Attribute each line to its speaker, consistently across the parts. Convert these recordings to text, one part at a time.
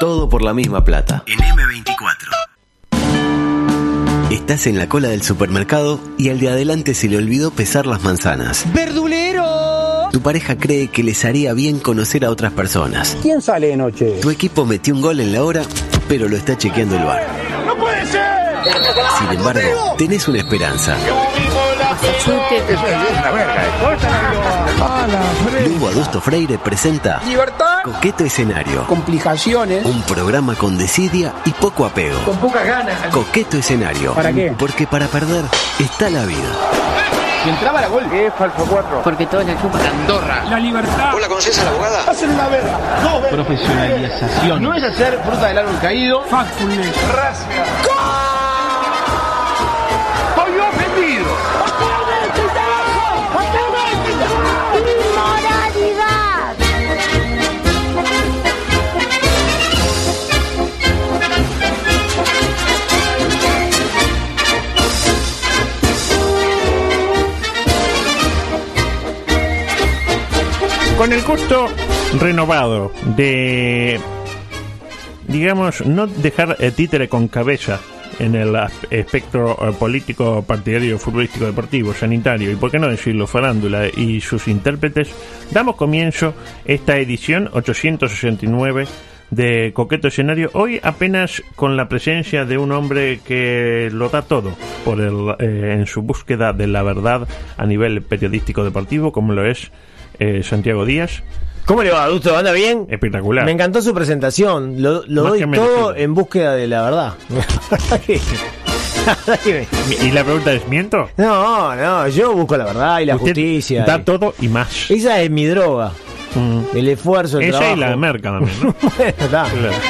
Speaker 1: Todo por la misma plata.
Speaker 2: En M24.
Speaker 1: Estás en la cola del supermercado y al de adelante se le olvidó pesar las manzanas.
Speaker 3: ¡Verdulero!
Speaker 1: Tu pareja cree que les haría bien conocer a otras personas.
Speaker 4: ¿Quién sale de noche?
Speaker 1: Tu equipo metió un gol en la hora, pero lo está chequeando el bar.
Speaker 5: ¡No puede ser!
Speaker 1: Sin embargo, tenés una esperanza.
Speaker 4: ¿eh?
Speaker 1: Lugo Adusto Freire presenta
Speaker 6: Libertad.
Speaker 1: Coqueto Escenario.
Speaker 6: Complicaciones.
Speaker 1: Un programa con desidia y poco apego.
Speaker 6: Con pocas ganas.
Speaker 1: Coqueto Escenario.
Speaker 6: ¿Para qué?
Speaker 1: Porque para perder está la vida.
Speaker 6: Si entraba la gol. Es falso 4.
Speaker 7: Porque todos la chupan.
Speaker 6: Andorra. La libertad.
Speaker 2: ¿Hola, conoces a la abogada?
Speaker 6: Hacen una verga. No, Profesionalización. No es hacer fruta del árbol caído. Factfulness. Racia. Estoy ofendido.
Speaker 8: ¡Inmoralidad!
Speaker 9: Con el gusto renovado de, digamos, no dejar el títere con cabeza en el as- espectro eh, político, partidario, futbolístico, deportivo, sanitario y, por qué no decirlo, farándula y sus intérpretes, damos comienzo esta edición 869 de Coqueto Escenario, hoy apenas con la presencia de un hombre que lo da todo por el, eh, en su búsqueda de la verdad a nivel periodístico deportivo, como lo es eh, Santiago Díaz.
Speaker 10: ¿Cómo le va, Adusto? ¿Anda bien?
Speaker 9: Espectacular.
Speaker 10: Me encantó su presentación. Lo, lo
Speaker 9: Más
Speaker 10: doy
Speaker 9: que
Speaker 10: todo
Speaker 9: merecido.
Speaker 10: en búsqueda de la verdad. La verdad que- la verdad que
Speaker 9: Y la pregunta es, ¿miento?
Speaker 10: me- No, no, yo busco la verdad y la
Speaker 9: Usted
Speaker 10: justicia.
Speaker 9: Da
Speaker 10: y-
Speaker 9: todo y más.
Speaker 10: Esa es mi droga.
Speaker 9: Mm.
Speaker 10: El esfuerzo, el
Speaker 9: Esa
Speaker 10: trabajo.
Speaker 9: y la de merca también, ¿no?
Speaker 10: Bueno, está.
Speaker 9: Claro.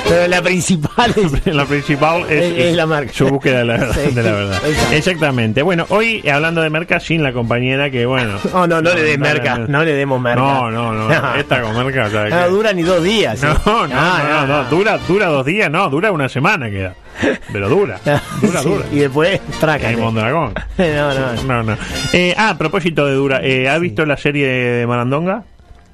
Speaker 10: Pero la principal es...
Speaker 9: la principal es,
Speaker 10: Es- es la marca.
Speaker 9: Su búsqueda de la,
Speaker 10: Sí,
Speaker 9: de la verdad.
Speaker 10: exacto.
Speaker 9: Exactamente. Bueno, hoy hablando de merca sin la compañera que, bueno.
Speaker 10: No, no, no le des merca, no le demos merca.
Speaker 9: No, no, no.
Speaker 10: No.
Speaker 9: Esta con merca, o sea,
Speaker 10: No
Speaker 9: que-
Speaker 10: dura ni dos días. ¿eh?
Speaker 9: No, no, no,
Speaker 10: Ah,
Speaker 9: no, no, Dura, dura dos días, no, dura una semana queda. Pero dura. Dura,
Speaker 10: Ah, Sí,
Speaker 9: dura.
Speaker 10: Y después,
Speaker 9: El
Speaker 10: trácate.
Speaker 9: Mondragón.
Speaker 10: No, no.
Speaker 9: No, no. Eh, ah, a propósito de dura, eh, ¿has visto la serie de Marandonga?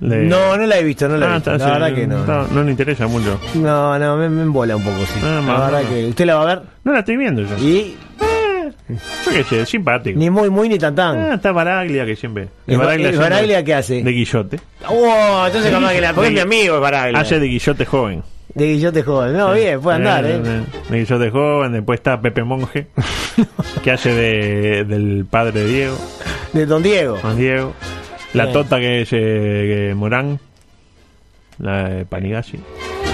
Speaker 9: De-
Speaker 10: No, no la he visto, no la he
Speaker 9: Ah,
Speaker 10: visto.
Speaker 9: está,
Speaker 10: La
Speaker 9: sí,
Speaker 10: verdad que no.
Speaker 9: está- No le interesa mucho.
Speaker 10: No, no, me, me embola un poco, sí.
Speaker 9: Ah,
Speaker 10: la
Speaker 9: más,
Speaker 10: verdad
Speaker 9: no.
Speaker 10: que. ¿Usted la va a ver?
Speaker 9: No la estoy viendo yo.
Speaker 10: Y.
Speaker 9: Yo qué sé, simpático.
Speaker 10: Ni muy, muy, ni tan
Speaker 9: Ah,
Speaker 10: tan.
Speaker 9: está Baraglia que siempre.
Speaker 10: ¿Y Ba- y
Speaker 9: siempre
Speaker 10: Baraglia qué hace?
Speaker 9: De Guillote.
Speaker 10: ¡Wow! Oh, Entonces, capaz que la. Porque es mi amigo, es Baraglia.
Speaker 9: Hace de Guillote joven.
Speaker 10: De Guillote Joven. No, bien, puede andar, ¿eh?
Speaker 9: De Guillote joven, después está Pepe Monje, que hace de, del padre de Diego,
Speaker 10: De Don Diego.
Speaker 9: Juan Diego. La
Speaker 10: Bien.
Speaker 9: Tota que es eh, que Morán. La de Panigasi.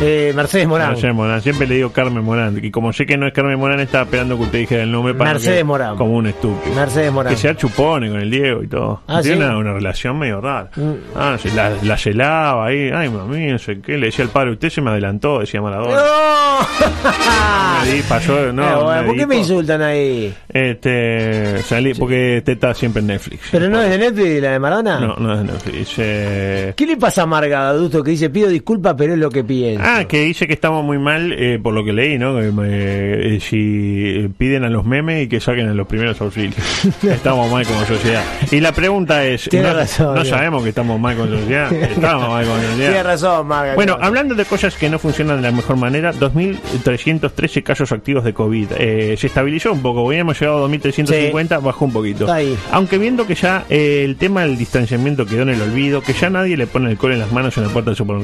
Speaker 10: Eh, Mercedes Morán.
Speaker 9: Mercedes Morán. Siempre le digo Carmen Morán. Y como sé que no es Carmen Morán, estaba esperando que usted dijera el nombre para. no
Speaker 10: Mercedes
Speaker 9: quedar
Speaker 10: Morán.
Speaker 9: Como un estúpido.
Speaker 10: Mercedes Morán.
Speaker 9: Que se chupone con el Diego y todo.
Speaker 10: Ah,
Speaker 9: Tiene
Speaker 10: ¿sí?
Speaker 9: una, una relación medio rara.
Speaker 10: Mm.
Speaker 9: Ah, se la, la celaba ahí. Ay, mami, no sé qué. Le decía al padre, usted se me adelantó, decía Maradona.
Speaker 10: ¡No!
Speaker 9: Me di- pasó, no,
Speaker 10: Eh, bueno,
Speaker 9: me
Speaker 10: ¿Por qué
Speaker 9: dijo.
Speaker 10: me insultan ahí?
Speaker 9: Este, salí, porque este está siempre en Netflix.
Speaker 10: ¿Pero no es de Netflix la de Maradona?
Speaker 9: No, no es de Netflix. Eh,
Speaker 10: ¿Qué le pasa a Marga Adusto que dice pido disculpas, pero es lo que pienso?
Speaker 9: Ah, que dice que estamos muy mal eh, por lo que leí, ¿no? Que me- eh, si piden a los memes y que saquen a los primeros auxilios. estamos mal como sociedad. Y la pregunta es,
Speaker 10: Tiene
Speaker 9: no,
Speaker 10: razón,
Speaker 9: no
Speaker 10: Diego.
Speaker 9: sabemos que estamos mal como sociedad. Estamos mal como sociedad.
Speaker 10: Tiene razón, Marga.
Speaker 9: Bueno,
Speaker 10: Claro.
Speaker 9: hablando de cosas que no funcionan de la mejor manera, 2.313 casos activos de COVID. Eh, se estabilizó un poco, hoy hemos llegado a 2.350, bajó un poquito.
Speaker 10: Está ahí.
Speaker 9: Aunque viendo que ya eh, el tema del distanciamiento quedó en el olvido, que ya nadie le pone alcohol en las manos en la puerta del supermercado.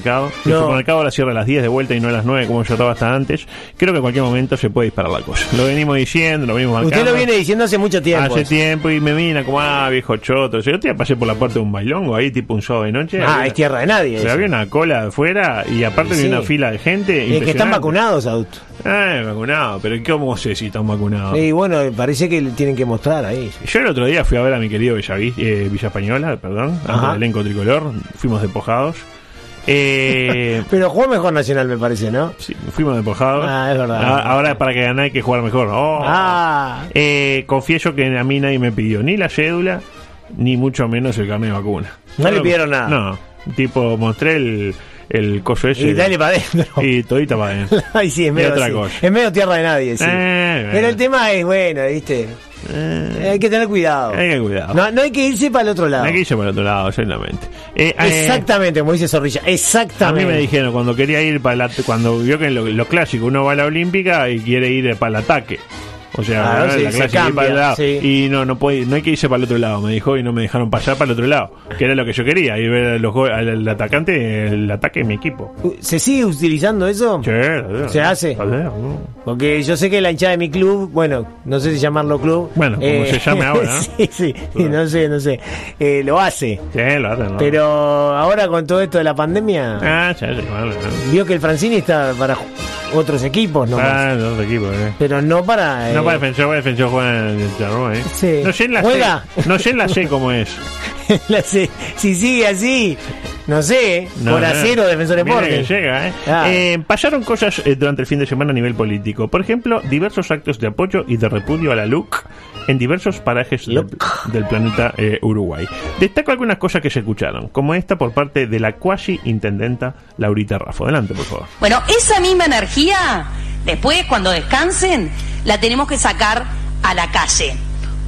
Speaker 9: El
Speaker 10: No.
Speaker 9: supermercado ahora cierra a las 10 de vuelta y no a las 9 como ya estaba hasta antes. Creo que en cualquier momento se puede disparar la cosa. Lo venimos diciendo, lo venimos
Speaker 10: Usted
Speaker 9: marcando.
Speaker 10: lo viene pues. diciendo hace mucho tiempo.
Speaker 9: ah, Hace tiempo y me mira como, ah, viejo choto. O sea, yo te pasé por la puerta de un bailongo ahí, tipo un sábado de noche.
Speaker 10: Ah,
Speaker 9: Había-
Speaker 10: es tierra de nadie.
Speaker 9: pero
Speaker 10: eso.
Speaker 9: había una cola afuera y aparte
Speaker 10: Sí.
Speaker 9: había una fila de gente.
Speaker 10: Es que están
Speaker 9: impresionante.
Speaker 10: vacunados, adulto.
Speaker 9: Eh, vacunados, pero ¿cómo sé si están vacunados?
Speaker 10: Y bueno, parece que le tienen que mostrar ahí.
Speaker 9: Yo el otro día fui a ver a mi querido Villaví, eh, Villa Española, perdón,
Speaker 10: Ajá.
Speaker 9: al elenco tricolor, fuimos despojados. Eh,
Speaker 10: Pero jugó mejor Nacional, me parece, ¿no?
Speaker 9: sí, fuimos despojados.
Speaker 10: Ah, es verdad.
Speaker 9: Ah, Ahora para que ganar hay que jugar mejor. Oh.
Speaker 10: Ah,
Speaker 9: Eh, confieso que a mí nadie me pidió ni la cédula, ni mucho menos el carnet de vacuna.
Speaker 10: No le pidieron nada.
Speaker 9: No, tipo, mostré el, el coso ese.
Speaker 10: y dale para adentro.
Speaker 9: Y todita para adentro.
Speaker 10: Ay, sí, es
Speaker 9: y
Speaker 10: medio,
Speaker 9: otra
Speaker 10: así.
Speaker 9: cosa.
Speaker 10: Es medio tierra de nadie, sí.
Speaker 9: Eh,
Speaker 10: Pero el
Speaker 9: bueno.
Speaker 10: tema es, bueno, ¿viste?
Speaker 9: Eh,
Speaker 10: Hay que tener cuidado.
Speaker 9: hay que cuidar.
Speaker 10: No, no hay que irse para el otro lado.
Speaker 9: Hay que irse para el otro lado, exactamente. Eh, eh,
Speaker 10: Exactamente, como dice Zorrilla.
Speaker 9: A mí
Speaker 10: Exactamente.
Speaker 9: me dijeron cuando quería ir para la, cuando vio que lo, lo clásico uno va a la olímpica y quiere ir para el ataque. O sea,
Speaker 10: Claro,
Speaker 9: ¿verdad?
Speaker 10: sí,
Speaker 9: la
Speaker 10: se
Speaker 9: clásica ir
Speaker 10: cambia,
Speaker 9: para el lado.
Speaker 10: sí.
Speaker 9: Y no, no puede, no hay que irse para el otro lado, me dijo, y no me dejaron pasar para el otro lado, que era lo que yo quería, ir a ver a los go- al, al atacante, el ataque de mi equipo.
Speaker 10: ¿Se sigue utilizando eso? ¿Se hace? Porque yo sé que la hinchada de mi club, bueno, no sé si llamarlo club. eh,
Speaker 9: Bueno, como se llame ahora, ¿no?
Speaker 10: sí, sí, no sé, no sé. Eh, lo hace.
Speaker 9: Sí, lo hacen, ¿no?
Speaker 10: Pero ahora con todo esto de la pandemia,
Speaker 9: Ah, ya, ya, vale, ¿no?
Speaker 10: vio que el Francini está para ju- otros equipos nomás.
Speaker 9: Ah, los equipos, eh.
Speaker 10: Pero no para. eh,
Speaker 9: No para defensor, para defensor juega en el Charrúa, eh.
Speaker 10: Sí.
Speaker 9: No sé en la
Speaker 10: Juega.
Speaker 9: C, no sé en la C cómo es.
Speaker 10: la- si, si sigue así, no sé,
Speaker 9: No,
Speaker 10: por
Speaker 9: no.
Speaker 10: acero Defensor
Speaker 9: Mira
Speaker 10: Deportes.
Speaker 9: que llega, ¿eh?
Speaker 10: Ah.
Speaker 9: Eh, Pasaron cosas eh, durante el fin de semana a nivel político. Por ejemplo, diversos actos de apoyo y de repudio a la LUC en diversos parajes del, del planeta eh, Uruguay. Destaco algunas cosas que se escucharon, como esta por parte de la cuasi intendenta Laurita Raffo. Adelante, por favor.
Speaker 3: Bueno, esa misma energía, después cuando descansen, la tenemos que sacar a la calle,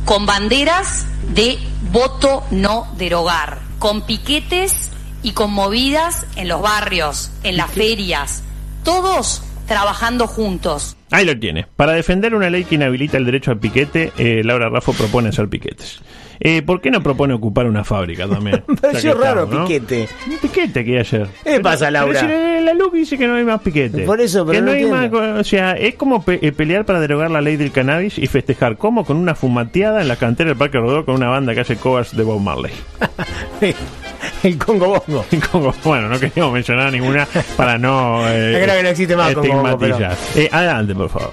Speaker 3: con banderas de voto no derogar, con piquetes y con movidas en los barrios, en las ferias, todos trabajando juntos.
Speaker 9: Ahí lo tiene. Para defender una ley que inhabilita el derecho al piquete, eh, Laura Raffo propone hacer piquetes. Eh, ¿Por qué no propone ocupar una fábrica también?
Speaker 10: Me pareció
Speaker 9: Ya que
Speaker 10: raro,
Speaker 9: estamos, ¿no?
Speaker 10: piquete.
Speaker 9: Un piquete que hay ayer.
Speaker 10: ¿Qué le pasa, Laura?
Speaker 9: Pero si eh, la- la LUC dice que no hay más piquete.
Speaker 10: Por eso, pero
Speaker 9: Que
Speaker 10: no
Speaker 9: hay más,
Speaker 10: entiendo.
Speaker 9: co- o sea, es como pe- eh, pelear para derogar la ley del cannabis y festejar. ¿Cómo? Con una fumateada en la cantera del Parque Rodó con una banda que hace covers de Bob Marley.
Speaker 10: el Congo Bongo.
Speaker 9: Como- bueno, no queríamos mencionar ninguna para no... eh,
Speaker 10: Creo que no existe más como Bob, pero-
Speaker 9: estigmatizar. Eh, adelante, por favor.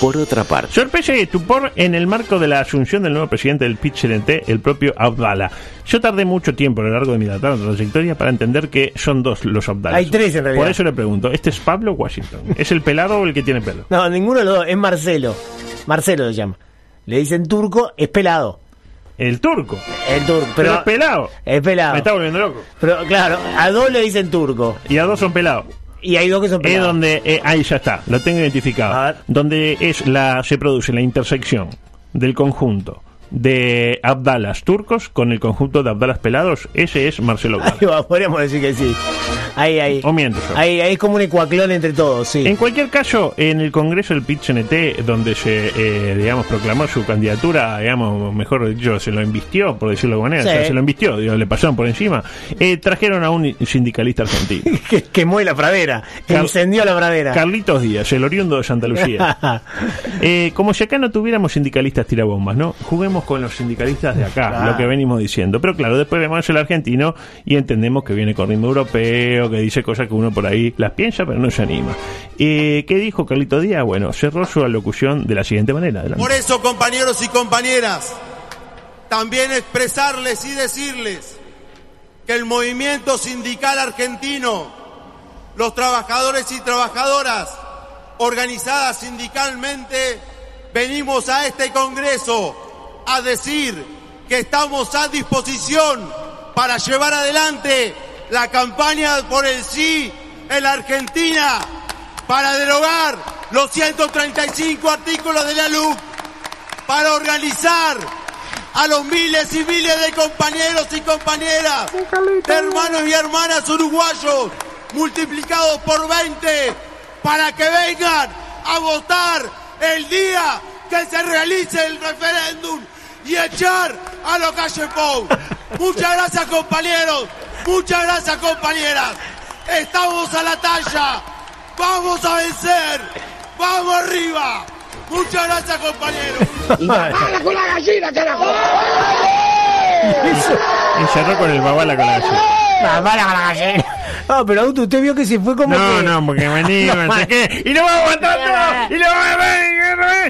Speaker 1: Por otra parte,
Speaker 9: Sorpresa y estupor en el marco de la asunción del nuevo presidente del pit el propio Abdala. Yo tardé mucho tiempo a lo largo de mi tra- trayectoria para entender que son dos los Abdalas.
Speaker 10: Hay tres, en realidad.
Speaker 9: Por eso le pregunto, ¿este es Pablo Washington? ¿Es el pelado o el que tiene pelo?
Speaker 10: No, ninguno de los dos, es Marcelo. Marcelo lo llama. Le dicen turco, es pelado.
Speaker 9: El turco.
Speaker 10: El turco,
Speaker 9: Pero
Speaker 10: pero.
Speaker 9: es pelado.
Speaker 10: Es pelado.
Speaker 9: Me está volviendo loco.
Speaker 10: Pero claro, a dos le dicen turco.
Speaker 9: Y a dos son pelados.
Speaker 10: Y hay dos que son
Speaker 9: Es
Speaker 10: pelados.
Speaker 9: donde, eh, ahí ya está, lo tengo identificado.
Speaker 10: A ver.
Speaker 9: Donde es la, se produce la intersección del conjunto de Abdalas turcos con el conjunto de Abdalas pelados, ese es Marcelo Abdala.
Speaker 10: Ahí va, podríamos decir que sí. Ahí, ahí.
Speaker 9: O miento yo.
Speaker 10: Ahí, ahí es como un ecuaclón entre todos, sí.
Speaker 9: En cualquier caso, en el Congreso del pit CNT, donde se, eh, digamos, proclamó su candidatura, digamos, mejor dicho, se lo embistió, por decirlo de alguna manera,
Speaker 10: Sí.
Speaker 9: o sea, se lo embistió, digo, le pasaron por encima, eh, trajeron a un sindicalista argentino,
Speaker 10: Que quemó la pradera. que
Speaker 9: Car-
Speaker 10: incendió la pradera.
Speaker 9: Carlitos Díaz, el oriundo de Santa Lucía. Eh, como si acá no tuviéramos sindicalistas tirabombas, ¿no? Juguemos con los sindicalistas de acá,
Speaker 10: Claro.
Speaker 9: lo que venimos diciendo. Pero claro, después vemos el argentino y entendemos que viene con ritmo europeo, que dice cosas que uno por ahí las piensa, pero no se anima. Eh, ¿Qué dijo Carlito Díaz? Bueno, cerró su alocución de la siguiente manera. Adelante.
Speaker 4: Por eso, compañeros y compañeras, también expresarles y decirles que el movimiento sindical argentino, los trabajadores y trabajadoras organizadas sindicalmente, venimos a este Congreso a decir que estamos a disposición para llevar adelante la campaña por el sí en la Argentina, para derogar los 135 artículos de la LUC para organizar a los miles y miles de compañeros y compañeras, de hermanos y hermanas uruguayos, multiplicados por 20, para que vengan a votar el día que se realice el referéndum y echar a los Calle Pou. Muchas gracias compañeros, muchas gracias compañeras. Estamos a la talla, vamos a vencer, vamos arriba. Muchas gracias compañeros.
Speaker 9: Y cerró con el babala con la gallina.
Speaker 10: Ah, para con la gallina. Ah, pero Auto, usted vio que se fue como.
Speaker 9: No,
Speaker 10: que-
Speaker 9: no, porque venimos, no sé qué. Y lo va aguantando. Y lo va a ver.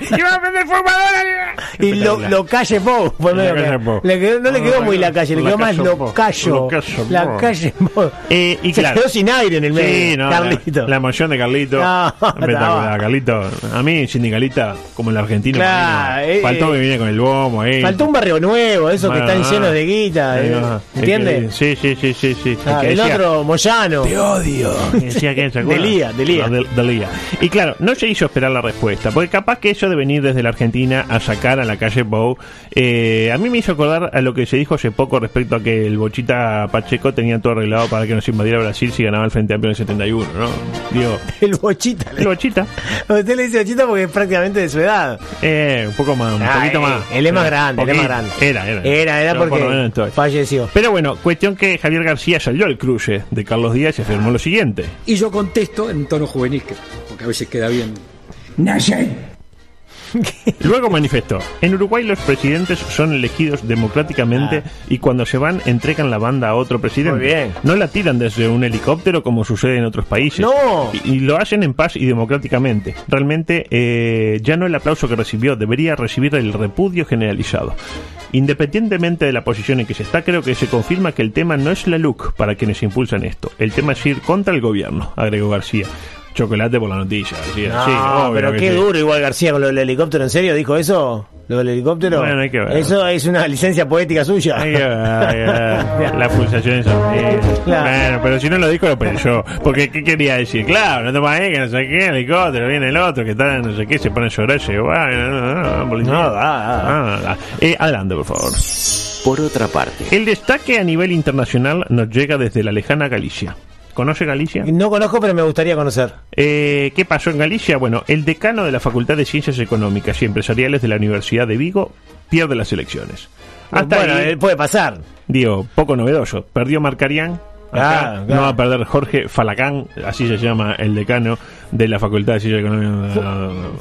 Speaker 9: Y va a prender fuego a
Speaker 10: Y lo, lo calle Po. fue
Speaker 9: Y
Speaker 10: medio
Speaker 9: la
Speaker 10: que-
Speaker 9: calle Po.
Speaker 10: le quedó- no le
Speaker 9: No,
Speaker 10: quedó
Speaker 9: no,
Speaker 10: muy
Speaker 9: no,
Speaker 10: la calle, le
Speaker 9: la
Speaker 10: quedó más
Speaker 9: calle Po.
Speaker 10: lo callo.
Speaker 9: Lo calle
Speaker 10: La
Speaker 9: Po.
Speaker 10: calle Po.
Speaker 9: Eh, y
Speaker 10: se
Speaker 9: claro.
Speaker 10: quedó sin aire en el medio.
Speaker 9: Sí, no,
Speaker 10: Carlito.
Speaker 9: La, la emoción de Carlito.
Speaker 10: No,
Speaker 9: espectacular,
Speaker 10: no.
Speaker 9: Carlito. A mí, sindicalista, como el argentino.
Speaker 10: Claro,
Speaker 9: marino,
Speaker 10: eh,
Speaker 9: faltó
Speaker 10: eh.
Speaker 9: que viniera con el bombo. Eh.
Speaker 10: Faltó un barrio nuevo, esos que
Speaker 9: Bueno,
Speaker 10: están
Speaker 9: ah,
Speaker 10: llenos de guita.
Speaker 9: ahí
Speaker 10: eh,
Speaker 9: va.
Speaker 10: ¿Entiendes?
Speaker 9: Sí, sí, sí, sí. sí.
Speaker 10: Ah,
Speaker 9: que
Speaker 10: el
Speaker 9: decía,
Speaker 10: otro, Moyano. hermano.
Speaker 9: Te odio. Y Decía que ¿se acuerdan?
Speaker 10: Delía, delía.
Speaker 9: No, del- delía. Y claro, no se hizo esperar la respuesta, porque capaz que eso de venir desde la Argentina a sacar a la calle Bow, eh, a mí me hizo acordar a lo que se dijo hace poco respecto a que el Bochita Pacheco tenía todo arreglado para que nos invadiera Brasil si ganaba el Frente Amplio en el 71, ¿no? Digo,
Speaker 10: El bochita.
Speaker 9: el Bochita,
Speaker 10: Usted le dice bochita porque es prácticamente de su edad.
Speaker 9: eh, un poco más, un
Speaker 10: Ah,
Speaker 9: poquito
Speaker 10: eh,
Speaker 9: más.
Speaker 10: Él es más
Speaker 9: Era,
Speaker 10: grande, él es más grande.
Speaker 9: poquito. Era, era.
Speaker 10: Era, era
Speaker 9: Pero por lo menos
Speaker 10: porque
Speaker 9: entonces.
Speaker 10: falleció.
Speaker 9: Pero bueno, cuestión que Javier García salió al cruce de Carlos Díaz y afirmó lo siguiente.
Speaker 5: Y yo contesto en un tono juvenil, que- porque a veces queda bien.
Speaker 9: Luego manifestó, en Uruguay los presidentes son elegidos democráticamente y cuando se van entregan la banda a otro presidente.
Speaker 10: Ah. Muy bien.
Speaker 9: No la tiran desde un helicóptero como sucede en otros países.
Speaker 10: No.
Speaker 9: Y, y lo hacen en paz y democráticamente. Realmente eh, ya no el aplauso que recibió, debería recibir el repudio generalizado. Independientemente de la posición en que se está, creo que se confirma que el tema no es la LUC para quienes impulsan esto. El tema es ir contra el gobierno, agregó García. Chocolate por la noticia. García.
Speaker 10: No,
Speaker 9: Sí, obvio
Speaker 10: pero
Speaker 9: que
Speaker 10: qué
Speaker 9: sí.
Speaker 10: duro igual García con lo del helicóptero. ¿En serio dijo eso? ¿Lo del helicóptero?
Speaker 9: Bueno, hay que ver.
Speaker 10: Eso es una licencia poética suya.
Speaker 9: Ay, ay, ay, La pulsación es así.
Speaker 10: Claro.
Speaker 9: Bueno, pero si no lo dijo, lo pensó. Porque, ¿qué quería decir? Claro, no toma ahí, que no sé qué, el helicóptero, viene el otro, que tal, no sé qué, se pone a llorar, se va. No, no, no, no, policía.
Speaker 10: No, da, da.
Speaker 9: Ah, da. Eh, adelante, por favor.
Speaker 1: Por otra parte,
Speaker 9: El destaque a nivel internacional nos llega desde la lejana Galicia. ¿Conoce Galicia?
Speaker 10: No conozco, pero me gustaría conocer.
Speaker 9: Eh, ¿Qué pasó en Galicia? Bueno, el decano de la Facultad de Ciencias Económicas y Empresariales de la Universidad de Vigo pierde las elecciones.
Speaker 10: bueno,
Speaker 9: Ah, ahí-
Speaker 10: él puede pasar.
Speaker 9: Digo, poco novedoso. Perdió Marcarián. Acá
Speaker 10: Ah, claro.
Speaker 9: No va a perder Jorge Falacán, así se llama el decano de la Facultad de Ciencias Económicas.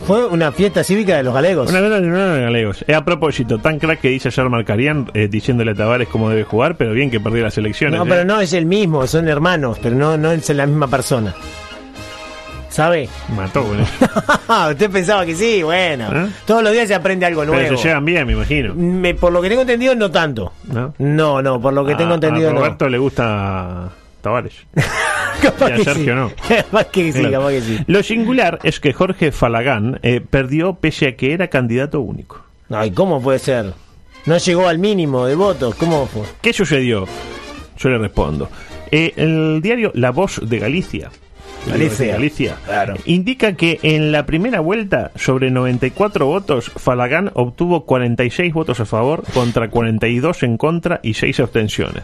Speaker 10: Fue una fiesta cívica de los galegos.
Speaker 9: Una verdad de nuevo, galegos. Eh, a propósito, tan crack que dice ayer Marcarián eh, diciéndole a Tavares cómo debe jugar, pero bien que perdió las elecciones.
Speaker 10: No,
Speaker 9: eh.
Speaker 10: pero no es el mismo, son hermanos, pero no, no es la misma persona. ¿Sabe?
Speaker 9: Mató, bueno.
Speaker 10: Usted pensaba que sí, bueno.
Speaker 9: ¿Eh?
Speaker 10: Todos los días se aprende algo
Speaker 9: pero
Speaker 10: nuevo.
Speaker 9: se llevan bien, me imagino.
Speaker 10: Me- por lo que tengo entendido, no tanto.
Speaker 9: ¿No? Ah,
Speaker 10: No, no, por lo que tengo
Speaker 9: A-
Speaker 10: entendido,
Speaker 9: A
Speaker 10: no.
Speaker 9: Roberto le gusta Tavares.
Speaker 10: Capaz
Speaker 9: y a
Speaker 10: que
Speaker 9: Sergio
Speaker 10: sí.
Speaker 9: no.
Speaker 10: capaz que sí,
Speaker 9: Claro.
Speaker 10: capaz que sí.
Speaker 9: Lo singular es que Jorge Falagán eh, perdió pese a que era candidato único.
Speaker 10: Ay, ¿cómo puede ser? No llegó al mínimo de votos, ¿cómo fue?
Speaker 9: ¿Qué sucedió? Yo le respondo. Eh, el diario La Voz de Galicia. el diario
Speaker 10: Galicia.
Speaker 9: de Galicia.
Speaker 10: Claro.
Speaker 9: Indica que en la primera vuelta, sobre 94 votos, Falagán obtuvo 46 votos a favor contra 42 en contra y 6 abstenciones.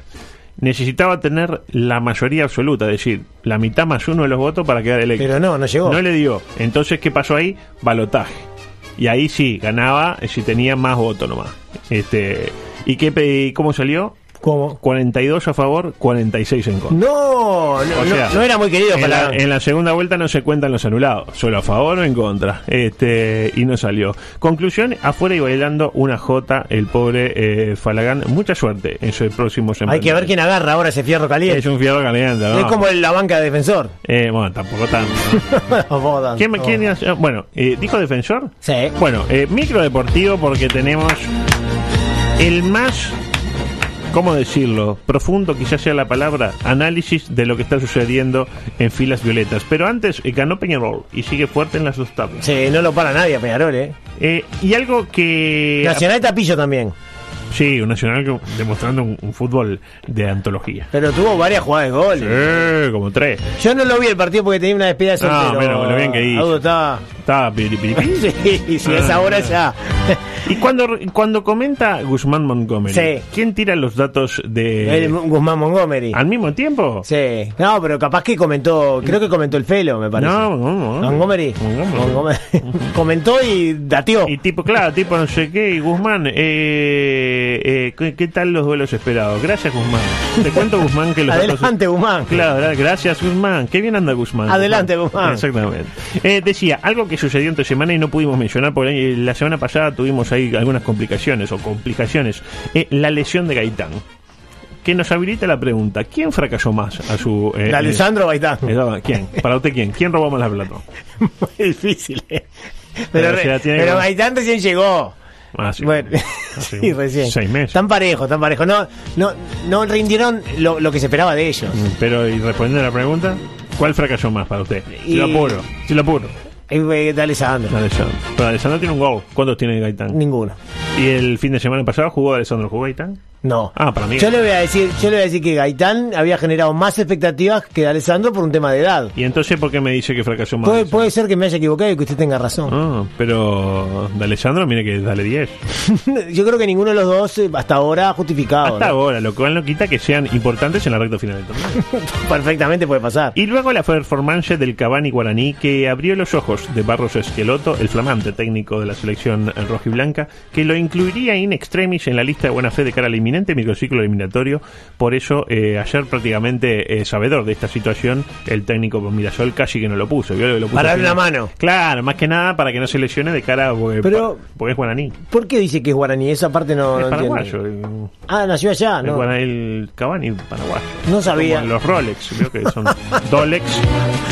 Speaker 9: Necesitaba tener la mayoría absoluta, es decir, la mitad más uno de los votos para quedar electo.
Speaker 10: Pero no, no llegó.
Speaker 9: No le dio. Entonces, ¿qué pasó ahí? Balotaje. Y ahí sí, ganaba eh, si tenía más votos nomás. Este, ¿Y qué, pe- cómo salió?
Speaker 10: ¿Cómo?
Speaker 9: 42 a favor, 46 en contra.
Speaker 10: No, no,
Speaker 9: O sea,
Speaker 10: no, no era muy querido
Speaker 9: en la,
Speaker 10: para
Speaker 9: en la segunda vuelta no se cuentan los anulados, solo a favor o en contra. Este, y no salió. Conclusión, afuera y bailando una jota el pobre eh, Falagán. Mucha suerte en sus próximos
Speaker 10: Hay que ver
Speaker 9: emprendimientos.
Speaker 10: quién agarra ahora ese fierro caliente.
Speaker 9: es un fierro caliente, ¿no?
Speaker 10: Es como la banca de defensor.
Speaker 9: Eh, bueno, tampoco tanto.
Speaker 10: Jodan,
Speaker 9: ¿Quién,
Speaker 10: jodan.
Speaker 9: quién es? Bueno, eh, ¿dijo defensor?
Speaker 10: Sí.
Speaker 9: Bueno, eh, micro deportivo porque tenemos el más, ¿cómo decirlo? Profundo quizás sea la palabra, análisis de lo que está sucediendo en filas violetas. Pero antes eh, ganó Peñarol y sigue fuerte en las dos tablas.
Speaker 10: Sí, no lo para nadie a Peñarol, ¿eh?
Speaker 9: Eh, y algo que... Ah,
Speaker 10: Nacional Tapillo también.
Speaker 9: Sí, un Nacional que- demostrando un, un fútbol de antología.
Speaker 10: Pero tuvo varias jugadas de gol.
Speaker 9: Eh, como tres.
Speaker 10: Yo no lo vi el partido porque tenía una despedida de soltero.
Speaker 9: pero Ah, lo bien que hizo.
Speaker 10: Audo estaba...
Speaker 9: Estaba piripiripi.
Speaker 10: Sí,
Speaker 9: Ah.
Speaker 10: sí, es ahora ya.
Speaker 9: Y cuando, cuando comenta Guzmán Montgomery,
Speaker 10: Sí.
Speaker 9: ¿quién tira los datos de...
Speaker 10: El Guzmán Montgomery.
Speaker 9: ¿Al mismo tiempo?
Speaker 10: Sí. No, pero capaz que comentó, creo que comentó el Felo, me parece.
Speaker 9: No, no, no.
Speaker 10: Montgomery.
Speaker 9: Montgomery.
Speaker 10: Montgomery. comentó y dateó.
Speaker 9: Y tipo, claro, tipo no sé qué, y Guzmán, eh, eh, ¿qué, qué tal los duelos esperados? Gracias, Guzmán. Te cuento, Guzmán, que los datos-
Speaker 10: Adelante, Guzmán.
Speaker 9: Claro, gra- gracias Guzmán. Qué bien anda Guzmán.
Speaker 10: Adelante, Guzmán.
Speaker 9: Exactamente. Eh, decía, algo que sucedió entre semana y no pudimos mencionar, porque eh, la semana pasada tuvimos ahí algunas complicaciones o complicaciones. Eh, la lesión de Gaitán. Que nos habilita la pregunta, ¿quién fracasó más a su... eh,
Speaker 10: De Alessandro Baitán.
Speaker 9: eh, eh, ¿Quién? Para usted, ¿quién? ¿Quién robó más la plata?
Speaker 10: Muy difícil, ¿eh?
Speaker 9: Pero
Speaker 10: Pero,
Speaker 9: se la
Speaker 10: re-
Speaker 9: tiene
Speaker 10: pero
Speaker 9: que-
Speaker 10: Gaitán recién llegó.
Speaker 9: Ah, sí.
Speaker 10: Bueno,
Speaker 9: Hace
Speaker 10: sí, recién.
Speaker 9: Seis meses.
Speaker 10: Tan parejo, tan parejo. No, no, no rindieron lo, lo que se esperaba de ellos.
Speaker 9: Pero, y respondiendo a la pregunta, ¿cuál fracasó más para usted? Si lo
Speaker 10: Y-
Speaker 9: apuro, si lo apuro.
Speaker 10: Ahí fue de Alessandro.
Speaker 9: Alessandro. Pero Alessandro tiene un gol. ¿Cuántos tiene Gaitán?
Speaker 10: Ninguno.
Speaker 9: Y el fin de semana pasado jugó Alessandro, jugó Gaitán.
Speaker 10: No.
Speaker 9: Ah, para mí.
Speaker 10: Yo le voy a decir, yo le voy a decir que Gaitán había generado más expectativas que Alessandro por un tema de edad.
Speaker 9: ¿Y entonces por qué me dice que fracasó más?
Speaker 10: Puede, puede ser que me haya equivocado y que usted tenga razón.
Speaker 9: Ah, pero de Alessandro, mire que dale 10.
Speaker 10: Yo creo que ninguno de los dos eh, hasta ahora ha justificado.
Speaker 9: Hasta
Speaker 10: ¿no?
Speaker 9: ahora, lo cual no quita que sean importantes en la recta final del torneo.
Speaker 10: Perfectamente puede pasar.
Speaker 9: Y luego la performance del Cavani Guaraní que abrió los ojos de Barros Esqueloto, el flamante técnico de la selección eh, rojiblanca, que lo incluiría in extremis en la lista de buena fe de cara al inminente microciclo eliminatorio. Por eso, eh, ayer prácticamente eh, sabedor de esta situación, el técnico pues, Mirasol casi que no lo puso. vio que lo puso
Speaker 10: Para
Speaker 9: así,
Speaker 10: darle
Speaker 9: ¿no?
Speaker 10: la mano.
Speaker 9: Claro, más que nada para que no se lesione de cara a. Porque,
Speaker 10: Pero-
Speaker 9: porque es Guaraní.
Speaker 10: ¿Por qué dice que es guaraní? Esa parte no,
Speaker 9: es
Speaker 10: no entiendo.
Speaker 9: paraguayo. eh.
Speaker 10: Ah, nació allá,
Speaker 9: El,
Speaker 10: ¿no?
Speaker 9: guana- el Cavani paraguayo.
Speaker 10: No sabía.
Speaker 9: Como los Rolex, creo que son Dolex.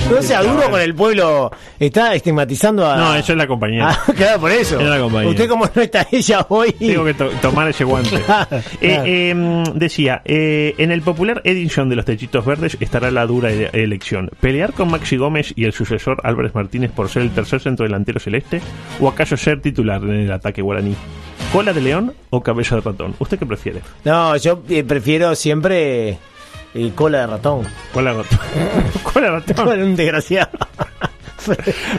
Speaker 10: No sea duro con el pueblo. Está estigmatizando a.
Speaker 9: Ah. No, eso es la compañía.
Speaker 10: Ah, claro, por eso.
Speaker 9: Era la compañía.
Speaker 10: Usted, como no está ella hoy.
Speaker 9: Tengo que to- tomar ese guante.
Speaker 10: Claro,
Speaker 9: Eh,
Speaker 10: claro.
Speaker 9: eh, mm, decía, eh, en el popular edición de los Techitos Verdes estará la dura ele- elección. ¿Pelear con Maxi Gómez y el sucesor Álvarez Martínez por ser el tercer centro delantero celeste? ¿O acaso ser titular en el ataque guaraní? ¿Cola de león o cabeza de ratón? ¿Usted qué prefiere?
Speaker 10: No, yo eh, prefiero siempre eh, cola de ratón.
Speaker 9: Cola de ratón. Cola de ratón.
Speaker 10: un desgraciado.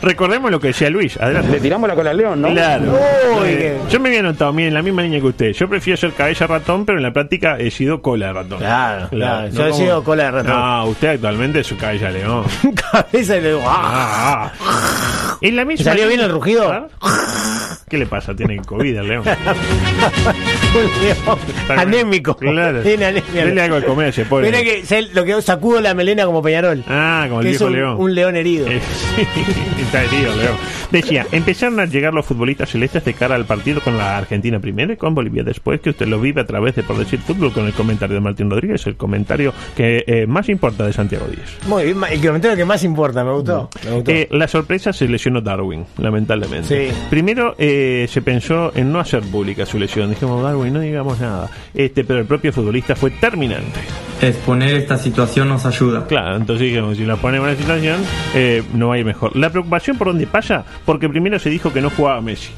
Speaker 9: Recordemos lo que decía Luis. Adelante.
Speaker 6: Le tiramos la cola al león, ¿no?
Speaker 9: Claro.
Speaker 10: Uy,
Speaker 9: Eh,
Speaker 10: qué-
Speaker 9: yo me había anotado, miren, la misma línea que usted. Yo prefiero ser cabeza ratón, pero en la práctica he sido cola de ratón.
Speaker 10: Claro, claro. Yo he
Speaker 9: como-
Speaker 10: sido cola de ratón.
Speaker 9: No, usted actualmente es su cabeza de león.
Speaker 10: Cabeza y le digo. ¡ah!
Speaker 9: Ah, ah. En la misma
Speaker 10: ¿Salió bien
Speaker 9: línea-
Speaker 10: el rugido?
Speaker 9: ¿Ah? ¿Qué le pasa? Tiene COVID el león.
Speaker 10: Un león Anémico.
Speaker 9: Claro.
Speaker 10: Tiene anemia.
Speaker 9: Dele algo de comer a ese pobre.
Speaker 10: Mira que se- lo que sacudo la melena como Peñarol.
Speaker 9: Ah, como el
Speaker 10: que
Speaker 9: viejo
Speaker 10: es un,
Speaker 9: león.
Speaker 10: un león herido.
Speaker 9: Eh, sí, está herido, León. Decía, empezaron a llegar los futbolistas celestes de cara al partido con la Argentina primero y con Bolivia después, que usted lo vive a través de Por Decir Fútbol con el comentario de Martín Rodríguez, el comentario que eh, más importa de Santiago Díez.
Speaker 10: Muy bien, ma- el comentario que más importa, me gustó. Me gustó.
Speaker 9: Eh, la sorpresa se lesionó Darwin, lamentablemente.
Speaker 10: Sí.
Speaker 9: Primero eh, se pensó en no hacer pública su lesión. Dijimos, Darwin, no digamos nada. Este, pero el propio futbolista fue terminante.
Speaker 7: Exponer esta situación nos ayuda.
Speaker 9: Claro, entonces dijimos, si nos ponemos en una situación, eh, no va a ir mejor. La preocupación por dónde pasa, porque primero se dijo que no jugaba Messi.